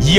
以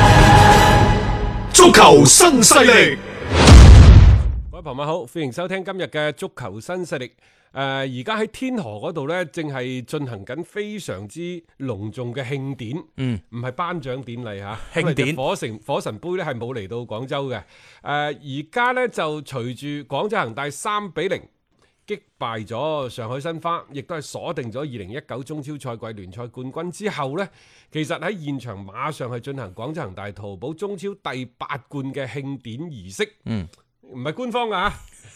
足球新勢力，各位朋友好，歡迎收聽今日嘅足球新勢力。誒、而家喺天河嗰度呢，正係進行緊非常之隆重嘅慶典，嗯，唔係頒獎典禮嚇，慶典火神火神杯呢係冇嚟到廣州嘅。誒、呃而家呢，就隨住廣州恒大三比零。擊敗咗上海申花，亦都係鎖定咗二零一九中超賽季聯賽冠軍之後呢，其實喺現場馬上係進行廣州恒大淘寶中超第八冠嘅慶典儀式。嗯，唔係官方㗎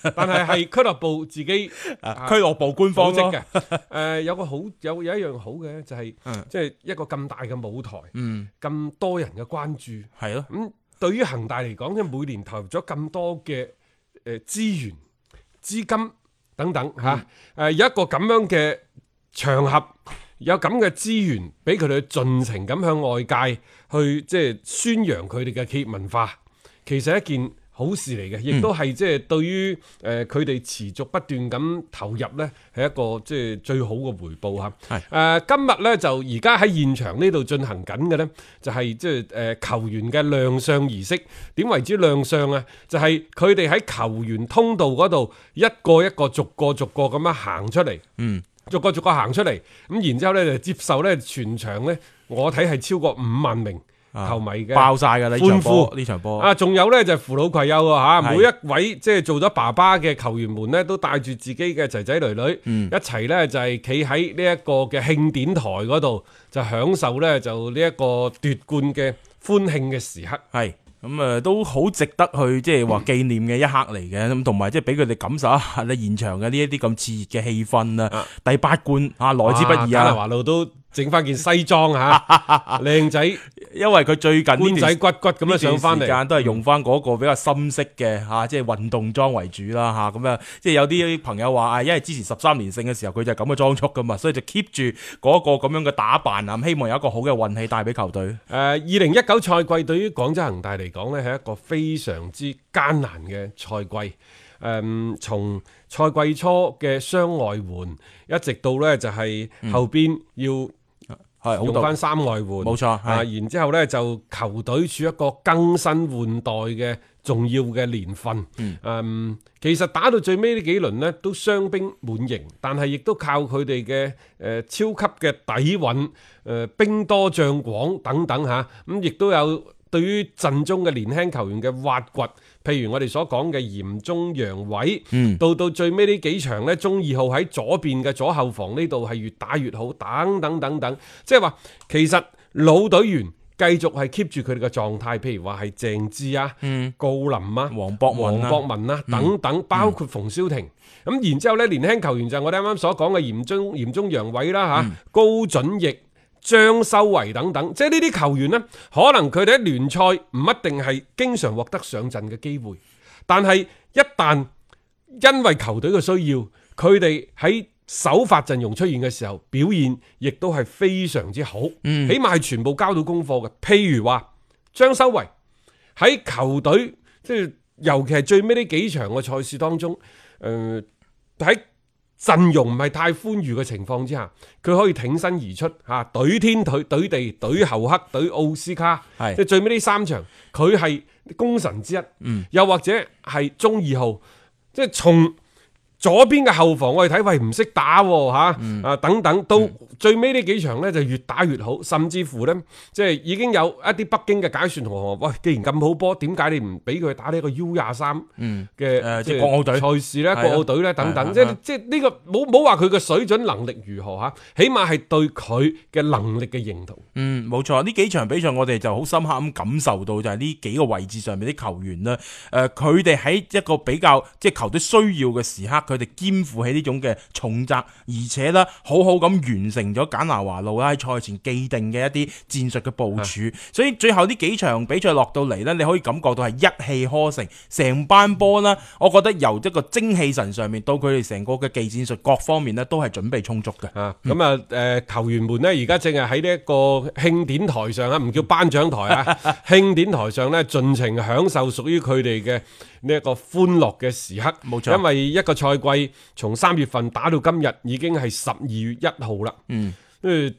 嚇， 但係係俱樂部自己啊俱樂部官方組織咯嘅。 誒、有個好有有一樣好嘅就係、嗯即係一個咁大嘅舞台，咁、多人嘅關注，係咯，咁對於恒大嚟講，即係每年投入咗咁多嘅誒資源、資金等等嚇，誒、嗯有一個咁樣嘅場合，有咁嘅資源，俾佢哋去盡情咁向外界去即係宣揚佢哋嘅企業文化，其實係一件好事嚟嘅，亦都係即係對於誒佢哋持續不斷咁投入呢，係一個即係最好嘅回報嚇。誒、今日呢，就而家喺現場呢度進行緊嘅呢，就係即係誒球員嘅亮相儀式。點為之亮相啊？就係佢哋喺球員通道嗰度一個一個逐個逐個咁樣行出嚟。逐個逐個行出嚟，咁然之後咧就接受咧全場咧，我睇係超過五萬名球迷嘅啊爆晒㗎啦！呢歡場呼波呢場波，啊，仲有咧就係扶老攜幼啊嚇，係每一位即係做咗爸爸嘅球員們咧，都帶住自己嘅仔仔女女，嗯一齊咧就係企喺呢一個嘅慶典台嗰度，就享受咧就呢一個奪冠嘅歡慶嘅時刻。係咁啊，都好值得去即係話紀念嘅一刻嚟嘅，咁同埋即係俾佢哋感受一下你現場嘅呢一啲咁熾熱嘅氣氛啊！第八冠啊，來之不易簡立啊！華路都整翻件西裝 嚇，靚仔因為佢最近官呢仔段骨骨咁樣上翻呢段時間嚟，都係用翻嗰個比較深色嘅嚇、啊即係運動裝為主啦嚇，咁啊，即係有啲朋友話啊，因為之前十三連勝嘅時候佢就係咁嘅裝束噶嘛，所以就 keep 住嗰個咁樣嘅打扮啊，希望有一個好嘅運氣帶俾球隊。誒呃二零一九賽季對於廣州恒大嚟講呢係一個非常之艱難嘅賽季。呃誒、從賽季初嘅雙外援，一直到呢就係後邊要係嗯好用到翻三外援，冇錯係啊，然之後呢，就球隊處於一個更新換代嘅重要嘅年份。嗯其實打到最尾呢幾輪呢，都傷兵滿營，但係亦都靠佢哋嘅誒超級嘅底韻，誒、兵多將廣等等嚇，咁、亦都有。對於陣中嘅年輕球員嘅挖掘，譬如我哋所講嘅嚴中陽偉，到到最尾呢幾場呢，中二號喺左邊嘅左後防呢度係越打越好，等等等等，即係話其實老隊員繼續係 keep 住佢哋嘅狀態，譬如話係鄭智啊、郜林啊、黃嗯博文黃啊嗯博文啊等等，包括馮瀟霆。咁然之後呢，年輕球員就係我哋啱啱所講嘅嚴中嚴中陽偉啦嗯嚇，高準翼。張修維等等，即係呢啲球員呢，可能佢哋喺聯賽唔一定係經常獲得上陣嘅機會，但係一旦因為球隊嘅需要，佢哋喺首發陣容出現嘅時候，表現亦都係非常之好，起碼係全部交到功課嘅。譬如話張修維喺球隊，即係尤其係最尾呢幾場嘅賽事當中，誒、呃喺陣容唔係太寬裕嘅情況之下，佢可以挺身而出嚇，懟、天懟懟地懟侯克懟奧斯卡，係即係最尾呢三場，佢嗯係功臣之一。又或者係中二號，即係從左邊嘅後防我哋睇，喂唔識打喎吓，嗯啊等等，到最尾呢幾場呢，就越打越好，甚至乎呢，即係已經有一啲北京嘅解説同學話，喂，既然咁好波，點解你唔俾佢打呢個 U 廿三嘅嗯誒即係國奧隊賽事呢？係啊國奧隊呢？等係啊等，即係係啊即係呢個冇冇話佢嘅水準能力如何吓，起碼係對佢嘅能力嘅認同。嗯，冇錯，呢幾場比賽我哋就好深刻咁感受到就係呢幾個位置上面啲球員啦，誒、佢哋喺一個比較即係球隊需要嘅時刻，佢哋肩負起呢種嘅重責，而且呢，好好咁完成咗簡拿華路啦喺賽前既定嘅一啲戰術嘅部署，所以最後呢幾場比賽落到嚟呢，你可以感覺到係一氣呵成，成班波啦，我覺得由一個精氣神上面到佢哋成個嘅技戰術各方面呢，都係準備充足嘅。啊，咁啊，誒球員們呢，而家正係喺呢一個慶典台上啊，唔叫頒獎台 啊，慶典台上呢，盡情享受屬於佢哋嘅呢一個歡樂嘅時刻。冇錯因為一個賽季從三月份打到今日，已經係十二月一號啦。嗯，跟住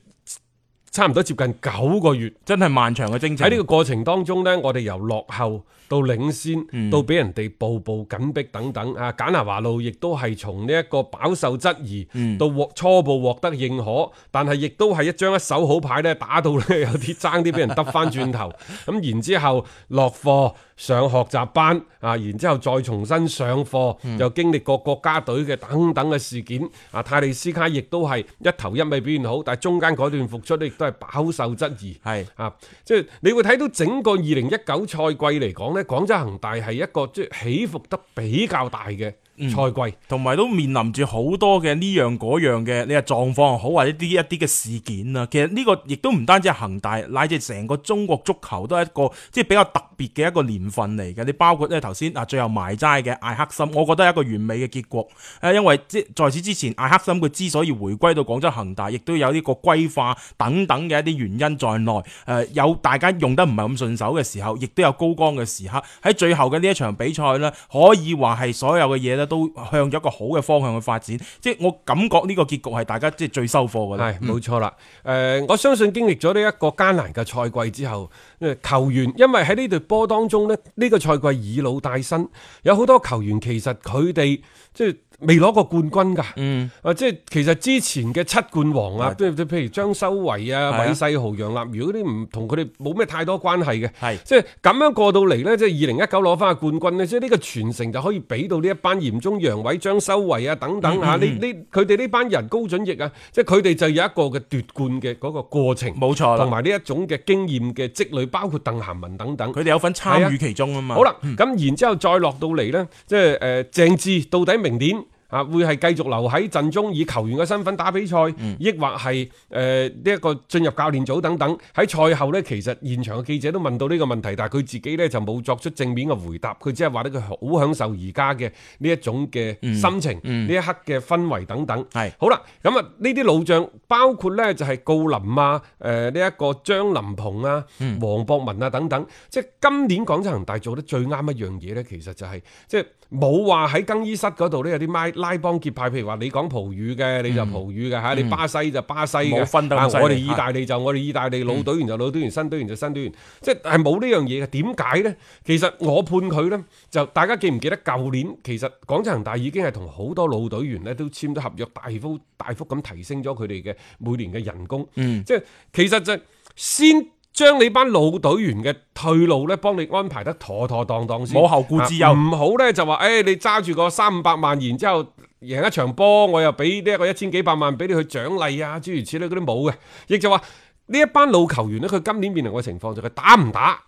差唔多接近九個月。真係漫長嘅征程。喺呢個過程當中呢，我哋由落後到領先，到俾人哋步步緊逼等等啊！簡拿華路亦都係從呢一個飽受質疑，到獲初步獲得認可，但係亦都係一張一手好牌呢，打到呢 有啲爭啲俾人得翻轉頭。咁然之後落課上學習班啊，然之後再重新上課，又經歷過國家隊嘅等等嘅事件啊。泰利斯卡亦都係一頭一尾表現好，但係中間嗰段復出呢，亦都係飽受質疑。係啊，即係你會睇到整個二零一九賽季嚟講呢，廣州恒大係一個即係起伏得比較大嘅賽季。同埋都面臨住好多嘅呢樣嗰樣嘅你話狀況又好，或者啲一啲嘅事件啊。其實呢個亦都唔單止係恒大，乃至成個中國足球都係一個即係比較特別嘅一個年份嚟嘅。你包括咧頭先啊，最後埋齋嘅艾克森，我覺得係一個完美嘅結果。誒，因為即係在此之前，艾克森佢之所以回歸到廣州恒大，亦都有呢個歸化等等嘅一啲原因在內。誒、有大家用得唔係咁順手嘅時候，亦都有高光嘅時刻。喺最後嘅呢一場比賽呢，可以話係所有嘅嘢呢都向咗一個好嘅方向去發展。即係我感覺呢個結局係大家即係最收貨嘅啦。係冇錯啦。誒、嗯我相信經歷咗呢一個艱難嘅賽季之後，誒球員因為喺呢隊波當中呢，呢、個賽季以老帶新，有好多球員其實佢哋即係未攞過冠軍㗎。嗯，啊，即係其實之前嘅七冠王啊，即係譬如張修維啊、係啊韋世豪、楊立瑜嗰啲，唔同佢哋冇咩太多關係嘅。係即係咁樣過到嚟呢，即係二零一九攞翻個冠軍呢，即係呢個傳承就可以俾到呢一班嚴中、楊偉、張修維啊等等嗯啊，呢呢佢哋呢班人高準翼啊，即係佢哋就有一個嘅奪冠嘅嗰個過程，冇錯同啦，埋呢一種嘅經驗嘅積累，包括鄧涵文等等。佢哋有份參與其中啊嘛。好啦，咁然之後再落到嚟呢，即係誒鄭智到底明年啊會係繼續留喺陣中以球員嘅身份打比賽，嗯抑或係誒呢一個進入教練組等等。喺賽後呢，其實現場嘅記者都問到呢個問題，但係佢自己呢就冇作出正面嘅回答，佢只係話呢，佢好享受而家嘅呢一種嘅心情，呢、一刻嘅氛圍等等。嗯係好啦，咁啊呢啲老將包括呢就係、郜林啊，誒呢一個張林鵬啊、嗯黃博文啊等等，即係今年廣州恒大做得最啱一樣嘢呢，其實就係、即係冇話喺更衣室嗰度呢，有啲拉拉幫結派，譬如話你講葡語嘅你就葡語嘅嚇，你巴西就巴西嘅，嗯冇分得咁啊犀利我哋意大利就我哋意大利老隊員就老隊員，新隊員就新隊員，即係冇呢樣嘢嘅。點解呢？其實我判佢呢，就大家記唔記得舊年其實廣州恒大已經係同好多老隊員呢都簽咗合約，大幅大幅咁提升咗佢哋嘅每年嘅人工。嗯即係其實就先。將你班老隊員嘅退路呢，幫你安排得妥妥當當先，冇後顧之憂啊唔好呢，就話，誒、哎你揸住個三五百萬，然之後贏一場波，我又俾呢一個一千幾百萬俾你去獎勵啊，諸如此類嗰啲冇嘅。亦就話呢一班老球員呢，佢今年面臨嘅情況就係打唔打，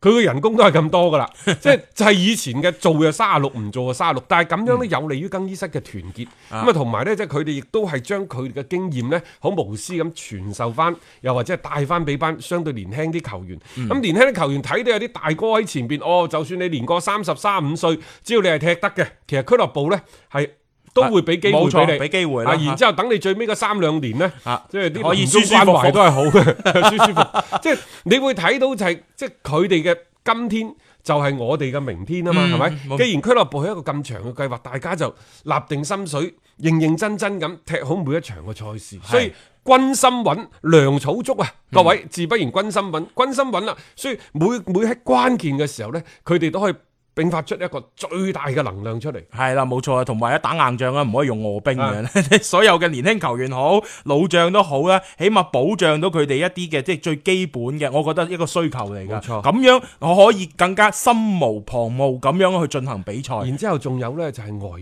佢嘅人工都係咁多 噶啦，即係就係以前嘅做就三十六，唔做就三十六，但係咁樣呢，有利於更衣室嘅團結。咁啊，同埋呢，即係佢哋亦都係將佢哋嘅經驗呢，好無私咁傳授翻，又或者係帶翻俾班相對年輕啲球員。咁、嗯年輕啲球員睇到有啲大哥喺前邊，哦，就算你年過三十三五歲，只要你係踢得嘅，其實俱樂部呢係。都會俾機啊冇會錯俾你，俾機會啦啊！然之後等你最尾嗰三兩年呢，啊即係啲可以臨終舒舒服服關懷都係好 嘅，舒舒服。即係你會睇到就係、即係佢哋嘅今天就係我哋嘅明天啊嘛，係咪、冇既然俱樂部係一個咁長嘅計劃，大家就立定心水，認認真真咁踢好每一場嘅賽事，所以。軍心穩，糧草足啊！各位，自不然軍心穩，軍心穩啦。所以每每喺關鍵嘅時候呢，佢哋都可以迸發出一個最大嘅能量出嚟。系啦，冇錯啊，同埋一打硬仗啊，唔可以用卧兵啊嘅。 所有嘅年輕球員好，老將都好啦，起碼保障到佢哋一啲嘅即係最基本嘅，我覺得一個需求嚟噶。冇錯咁樣我可以更加心無旁骛咁樣去進行比賽。然之後仲有呢，就係外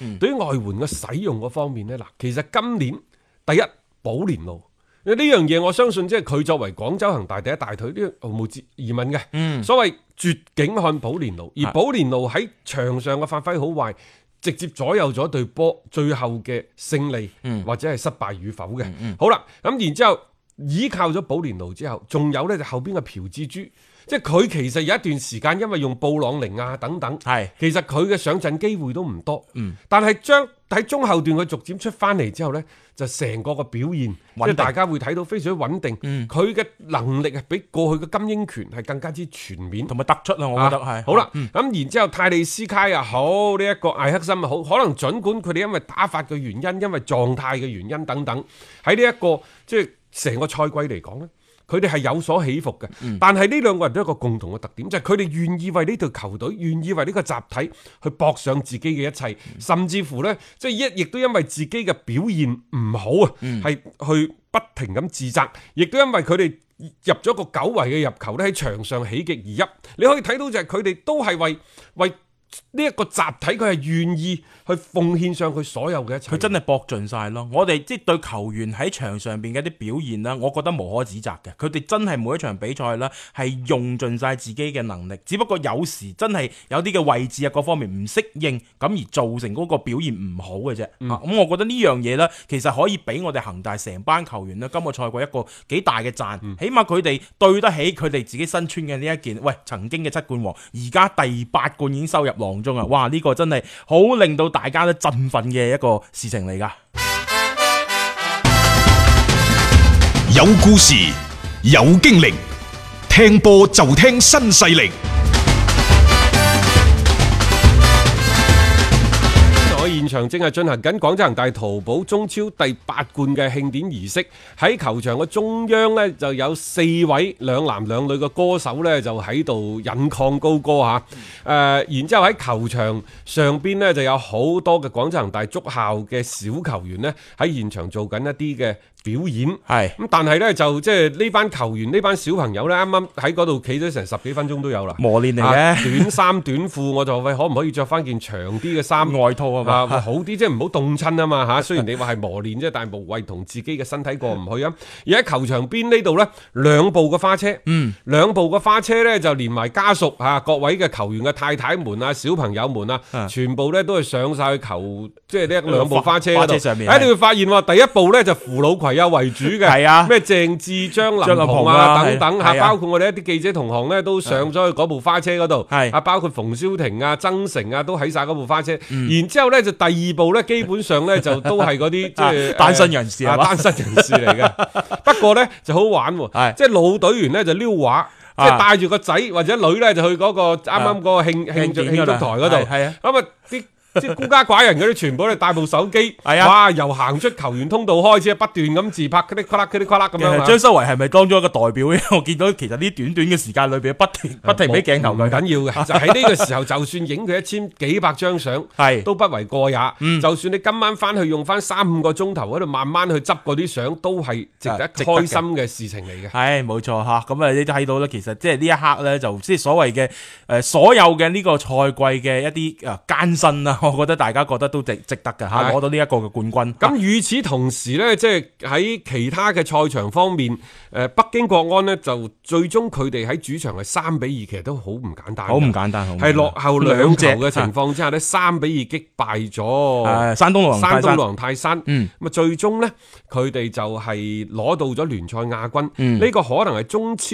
援，對於外援嘅使用嗰方面呢，嗱，其實今年第一保連路。呢樣嘢我相信，即係佢作為廣州恒大第一大腿，呢個毫無疑問嘅。所謂絕境看保連奴，而係保連奴喺場上嘅發揮好壞，直接左右咗對波最後嘅勝利、或者係失敗與否嘅。好啦，咁然之後依靠咗保連奴之後，仲有呢就後邊嘅朴蜘蛛，即係佢其實有一段時間因為用布朗寧啊等等，係其實佢嘅上陣機會都唔多。嗯但係將喺中後段佢逐漸出翻嚟之後呢，就成個個表現，即係穩定嗯大家會睇到非常之穩定。佢嘅、能力係比過去嘅金英權係更加之全面。同埋突出啊，我覺得啊係好啦，咁然之後泰利斯卡又好，呢、一個艾克森啊又好，可能儘管佢哋因為打法嘅原因，因為狀態嘅原因等等，喺呢一個即係成個賽季嚟講呢佢哋係有所起伏嘅。嗯但係呢兩個人都有一個共同嘅特點，就係佢哋願意為呢隊球隊，願意為呢個集體去搏上自己嘅一切，嗯甚至乎呢，即係一亦都因為自己嘅表現唔好啊，嗯係、去不停咁自責，亦都因為佢哋。入咗個久違嘅入球咧，喺場上喜極而泣。你可以睇到就係佢哋都係為為呢一個集體，佢係願意去奉獻上佢所有嘅一切。佢真係搏盡晒咯！我哋即係對球員喺場上邊嘅一啲表現啦，我覺得無可指責嘅。佢哋真係每一場比賽啦，係用盡晒自己嘅能力，只不過有時真係有啲嘅位置啊，各方面唔適應，咁而造成嗰個表現唔好嘅啫。啊咁、我覺得呢樣嘢呢，其實可以俾我哋恒大成班球員呢，今個賽季一個幾大嘅讚，嗯起碼佢哋對得起佢哋自己身穿嘅呢一件，喂，曾經嘅七冠王，而家第八冠已經收入囊中啊！哇，呢、個真係好令到大家都振奮嘅一個事情嚟㗎。有故事，有經歷，聽波就聽新勢力。我現場正係進行緊廣州恒大淘寶中超第八冠嘅慶典儀式，喺球場嘅中央呢，就有四位兩男兩女嘅歌手呢，就喺度引吭高歌嚇。誒、嗯然之後喺球場上邊呢，就有好多嘅廣州恒大足校嘅小球員呢，喺現場做緊一啲嘅表演。係咁，但係呢，就即係呢班球員呢班小朋友呢，啱啱喺嗰度企咗成十幾分鐘都有啦。磨練嚟嘅啊短衫短褲，我就喂可唔可以着翻件長啲嘅衫外套啊嘛啊好啲，即係唔好凍親啊嘛嚇。雖然你話係磨練啫，但係無謂同自己嘅身體過唔去啊。而喺球場邊呢度呢，兩部嘅花車，嗯，兩部嘅花車呢，就連埋家屬嚇、啊各位嘅球員嘅太太們啊、小朋友們啊，全部呢都係上晒去球，即係呢一兩部花車嗰花度。車上面哎你會發現喎，第一部呢就扶老攜幼為主嘅，係啊咩鄭智、張林張林鵬鵬啊啊等等嚇，係啊包括我哋一啲記者同行呢，都上咗去嗰部花車嗰度，係啊，包括馮瀟霆啊、曾誠啊，都喺晒嗰部花車。然之後咧就第二部咧，基本上 咧就都係嗰啲即係單身人士啊，係嘛單身人士 嚟嘅。不過咧就好玩喎，係即係老隊員咧就溜畫。即係啊帶住個仔或者女咧，就去嗰個啱啱嗰個慶慶祝慶慶典祝嗰度台嗰度，係係啊咁啊啲即係孤家寡人嗰啲，全部咧帶部手機，係啊哇！由行出球員通道開始，不斷咁自拍，嗰啲咔啦嗰啲咔啦咁其樣啊實張修維係咪當咗一個代表咧？我見到其實呢短短嘅時間裏邊，不停不停俾鏡頭唔佢。緊要嘅， 就喺呢個時候，就算影佢一千幾百張相，係嗯都不為過也。就算你今晚翻去用翻三五個鐘頭喺度慢慢去執嗰啲相，都係值得啊值得開嘅心嘅事情嚟嘅。係冇錯吓，咁啊你都睇到啦，其實即係呢一刻咧，就即係所謂嘅誒所有嘅呢個賽季嘅一啲誒艱辛啦， 我覺得大家覺得都值值得嘅係吓，攞到呢一個嘅冠軍。咁與此同時呢，即係喺其他嘅賽場方面，誒、北京國安呢，就最終佢哋喺主場係三比二，其實都好唔簡單㗎，好唔簡單好唔簡單啊係落後兩球嘅兩隻情況之下呢，三比二擊敗咗誒啊山東狼山泰東山狼泰山。嗯咁啊，最終呢，佢哋就係攞到咗聯賽亞軍。呢、嗯個可能係中超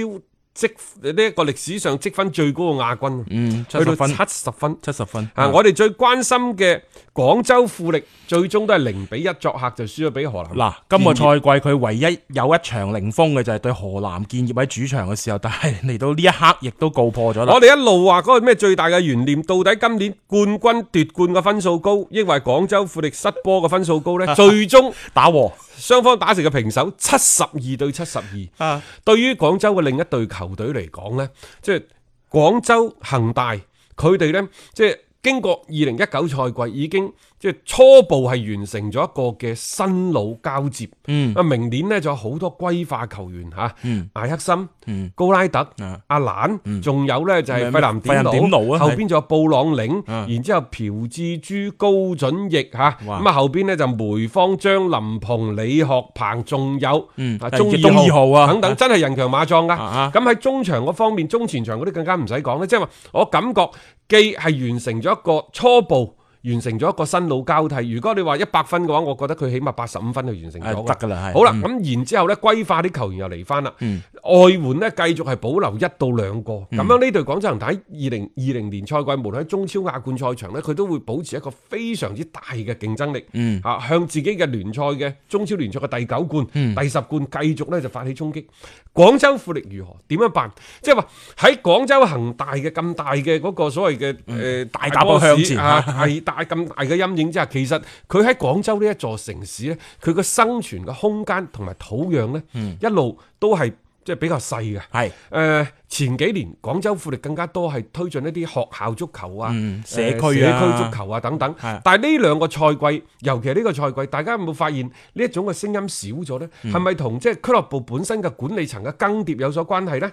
積呢一、個歷史上積分最高嘅亞軍，嗯，七去十到分，七十分。七十分。啊！我哋最關心嘅廣州富力最終都係零比一作客就輸咗俾河南。啊嗱，今個賽季佢唯一有一場零封嘅就係對河南建業喺主場嘅時候，但係嚟到呢一刻亦都告破咗啦我。哋一路話嗰個咩最大嘅懸念，到底今年冠軍奪冠嘅分數高，抑或廣州富力失波嘅分數高 呢？最終打和雙方打成嘅平手，七十二對七十二。啊，對於廣州嘅另一隊球隊嚟講呢，即係廣州恒大佢哋呢，即係經過二零一九賽季已經即係初步係完成咗一個嘅新老交接。嗯啊，明年呢，仲有好多歸化球員嚇，嗯艾克森、嗯高拉特啊、阿蘭，仲有呢就係咩費南費南典典奴啊後係邊仲有布朗領，啊然之後朴志洙、高準翼嚇，哇咁啊後邊呢就梅方、張林鵬、李學鵬，仲有嗯啊係中中二號啊等等，真係人強馬壯噶。啊咁喺中場嗰方面，中前場嗰啲更加唔使講啦。即係話，我感覺既係完成咗一個初步，完成咗一個新老交替。如果你話一百分嘅話，我覺得佢起碼八十五分就完成啊咗得㗎噶啦，係好啦，嗯咁然之後呢，歸化啲球員又嚟翻啦。嗯外援呢，繼續係保留一到兩個。咁、樣呢隊廣州恒大喺二零二零年賽季，無論喺中超亞冠賽場呢，佢都會保持一個非常之大嘅競爭力。嗯啊，向自己嘅聯賽嘅中超聯賽嘅第九冠、嗯第十冠繼續呢就發起衝擊。廣州富力如何？點樣辦？即係話喺廣州恒大嘅咁大嘅嗰個所謂嘅誒、呃嗯大踏步向前啊係大咁大嘅陰影之下，其實佢喺廣州呢一座城市呢，佢個生存嘅空間同埋土壤呢，一路都係即係比較細嘅。係誒、前幾年廣州富力更加多係推進一啲學校足球啊、嗯社誒區啊社區足球啊等等係。但係呢兩個賽季，尤其係呢個賽季，大家有冇發現呢一種嘅聲音少咗呢？係咪同即係俱樂部本身嘅管理層嘅更迭有所關係呢？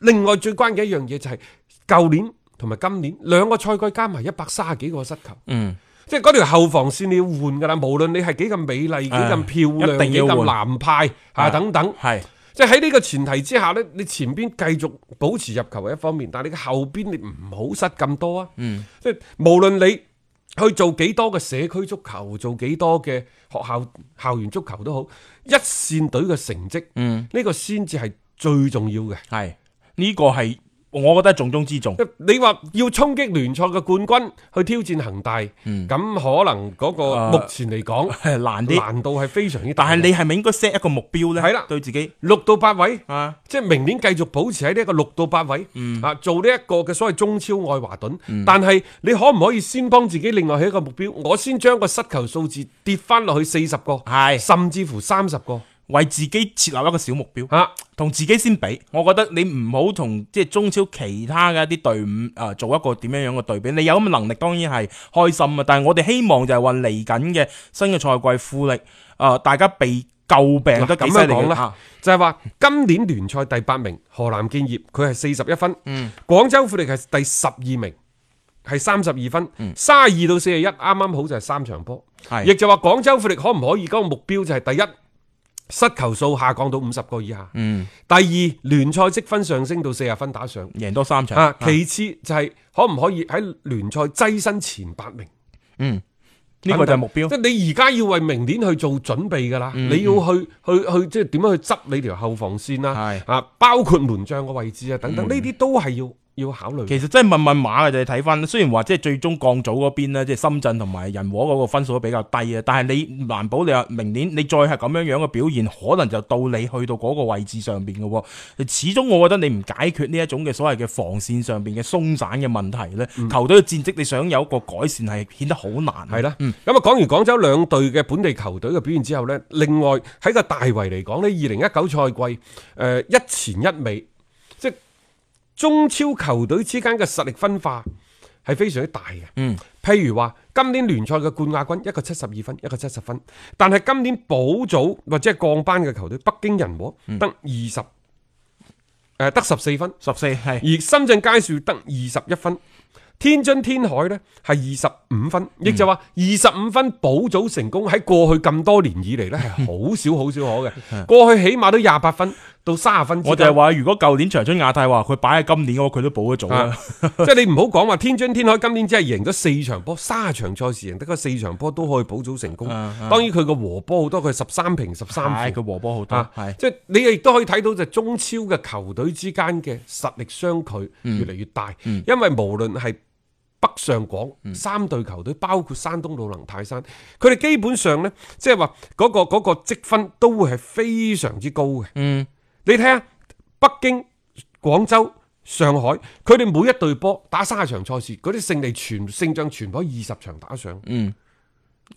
另外最關鍵一樣嘢就係舊年同埋今年兩個賽季加埋一百三十幾個失球。嗯即係嗰條後防線你要換㗎啦，無論你係幾咁美麗、幾咁漂亮、一定幾要換咁南派啊啊等等，係即係喺呢個前提之下呢，你前邊繼續保持入球係一方面，但係你後邊你唔好失咁多啊。嗯，即係無論你去做幾多嘅社區足球，做幾多嘅學校校園足球都好，一線隊嘅成績，嗯呢個先至係最重要嘅。係呢個係我覺得係重中之重。 你話要衝擊聯賽嘅冠軍去挑戰恒大，咁、可能嗰個嗯啊目前嚟講。 係難啲，難度係非常之大。但係你係咪應該 set 一個目標咧？係啦對自己六到八位，啊，即係明年繼續保持喺呢一個六到八位，嗯啊，做呢一個嘅所謂中超愛華頓。但係你可唔可以先幫自己另外起一個目標？我先將個失球數字跌翻落去四十個，係甚至乎三十個，為自己設立一個小目標。啊，同自己先比，我覺得你唔好同即係中超其他嘅一啲隊伍啊、呃做一個點樣樣嘅對比。你有咁嘅能力當然係開心啊，但係我哋希望就係話嚟緊嘅新嘅賽季富力啊、呃大家被詬病嗱得幾咁犀樣利講嘅啦啊，就係話今年聯賽第八名河南建業佢係四十一分，嗯廣州富力係第十二名。係三十二分，嗯三十二到四十一，啱啱好就係三場波。係亦就話廣州富力可唔可以嗰個目標就係第一失球數下降到五十個以下，嗯第二聯賽積分上升到四十分打上。贏多三場啊，啊其次就係可唔可以喺聯賽躋身前八名？嗯呢個就係目標。嗯即係你而家要為明年去做準備㗎啦，你要去去去即係點樣去執你條後防線啊？係嗯啊，包括門將嘅位置啊等等，呢啲、都係要要考慮嘅。其實真係問問馬嘅就係睇翻，雖然話即係最終降組嗰邊咧，即係深圳同埋人和嗰個分數都比較低啊，但係你難保你話明年你再係咁樣樣嘅表現，可能就到你去到嗰個位置上邊嘅喎。始終我覺得你唔解決呢一種嘅所謂嘅防線上邊嘅鬆散嘅問題咧，球隊嘅戰績你想有一個改善係顯得好難。嗯係啦，咁啊講完廣州兩隊嘅本地球隊嘅表現之後呢，另外喺個大圍嚟講呢，二零一九賽季誒、呃一前一尾，即係中超球隊之間嘅實力分化係非常之大嘅。嗯，譬如話今年聯賽嘅冠亞軍一個七十二分，一個七十分，但係今年保組或者係降班嘅球隊北京人和得二十、誒得十四分。十四 係而深圳佳兆得二十一分，天津天海呢係二十五分，亦就話二十五分保組成功喺過去咁多年以嚟呢係好少好少可 嘅，過去起碼都廿八分到三十分之間我就係話，如果舊年長春亞泰話佢擺喺今年嘅話，佢都保咗組啦啊。 即係你唔好講話天津天海今年只係贏咗四場波，三十場賽事贏得嗰四場波都可以保組成功。啊啊當然佢個和波好多，佢十三平十三負。係佢和波好多啊，係。即係你亦都可以睇到就中超嘅球隊之間嘅實力相距越嚟越大，因為無論係北上廣、三隊球隊，包括山東魯能泰山，佢哋基本上呢，即係話嗰個嗰、個積分都會係非常之高嘅。嗯，你睇下北京、廣州、上海，佢哋每一隊波打三十場賽事，嗰啲勝利全勝仗全部喺二十場打上，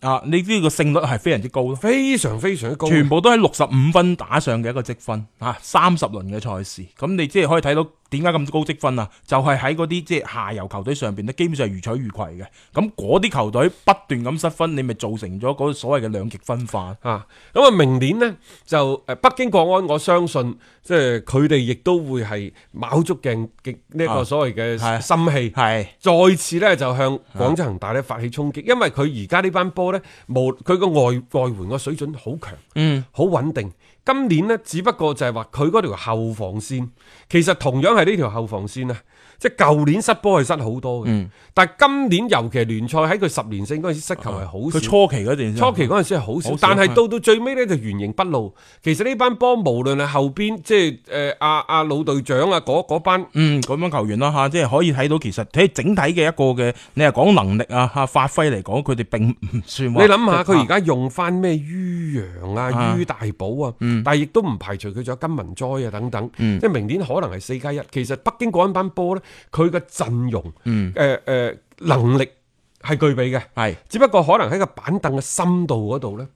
啊，你呢個勝率係非常之高咯。非常非常之高嘅。全部都喺六十五分打上嘅一個積分啊，三十輪嘅賽事，咁你即係可以睇到點解咁高積分啊？就係喺嗰啲即係下游球隊上邊咧，基本上係如取如攜嘅。咁嗰啲球隊不斷咁失分，你咪造成咗嗰個所謂嘅兩極分化。啊，咁啊，明年呢，就誒、呃北京國安，我相信即係佢哋亦都會係卯足勁勁呢一個啊所謂嘅係心氣，係再次呢，就向廣州恒大呢發起衝擊，因為佢而家呢班波呢，無佢個外外援個水準好強，嗯，好穩定。今年呢，只不過就係話佢嗰條後防線，其實同樣係呢條後防線啊，即係舊年失波係失好多嘅，嗯但係今年尤其係聯賽喺佢十年勝嗰陣時失球係好少啊佢。初期嗰段初期嗰陣時係好好少，少但係係到到最尾呢，就原形畢露。其實呢班波無論係後邊即係誒阿阿老隊長啊嗰嗰班，嗯，咁樣球員啦吓，即係可以睇到其實睇整體嘅一個嘅，你係講能力啊吓發揮嚟講，佢哋並唔 算你話。諗下佢而家用翻咩于洋啊、啊嗯于大寶啊，但係亦都唔排除佢仲有金文災啊等等。即係明年可能係四加一。其實北京嗰班波呢，佢嘅陣容誒誒能力係具備嘅，嗯係，嗯只不過可能喺個板凳嘅深度嗰度呢，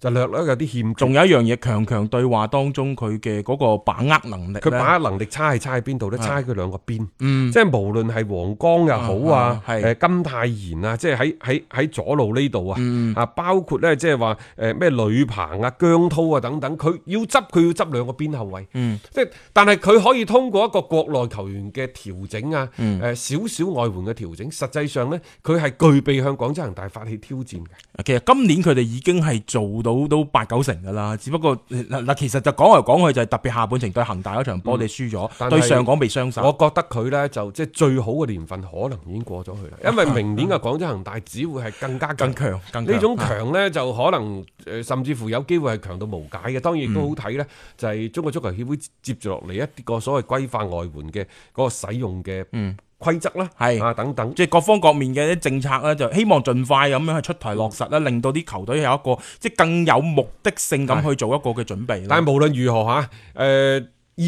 就略略有啲欠缺。仲有一樣嘢，強強對話當中佢嘅嗰個把握能力呢，佢把握能力差係差喺邊度咧？啊差喺佢兩個邊，即係無論係黃江又好啊嗯啊，啊係誒金泰賢啊，即係喺喺喺左路呢度啊，嗯啊包括咧即係話誒咩呂鵬啊、姜濤啊等等，佢要執佢要執兩個邊後衞，嗯即係但係佢可以通過一個國內球員嘅調整啊，嗯誒少少外援嘅調整，實際上咧佢係具備向廣州恒大發起挑戰嘅。其實今年佢哋已經係做到都八九成㗎啦，只不過嗱嗱，其實就講嚟講去就係特別下半程對恒大嗰場波你輸嗯但係咗，對上港被雙我手。覺得佢呢，就即係最好嘅年份，可能已經過咗去啦。因為明年嘅廣州恒大只會係更加啊更強更強呢種強呢，就可能誒，甚至乎有機會係強到無解嘅。當然亦都嗯好睇呢，就係中國足球協會接住落嚟一啲個所謂規範外援嘅嗰個使用嘅規則啦，係啊等等。即係各方各面嘅政策咧，就希望盡快咁樣去出台落實啦，令到啲球隊有一個即係更有目的性咁去做一個嘅準備啦但。係無論如何嚇，誒二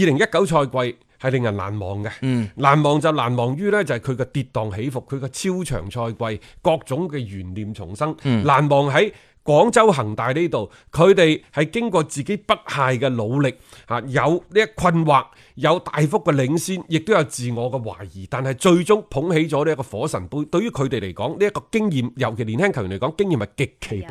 零一九賽季係令人難忘嘅。嗯，難忘就難忘於呢，就係佢嘅跌宕起伏，佢嘅超長賽季各種嘅懸念重生。難忘喺廣州恒大呢度，佢哋係經過自己不懈嘅努力，嚇有呢一困惑，有大幅嘅領先，亦都有自我嘅懷疑，但係最終捧起咗呢一個火神杯。對於佢哋嚟講，呢、一個經驗，尤其年輕球員嚟講，經驗係極其寶貴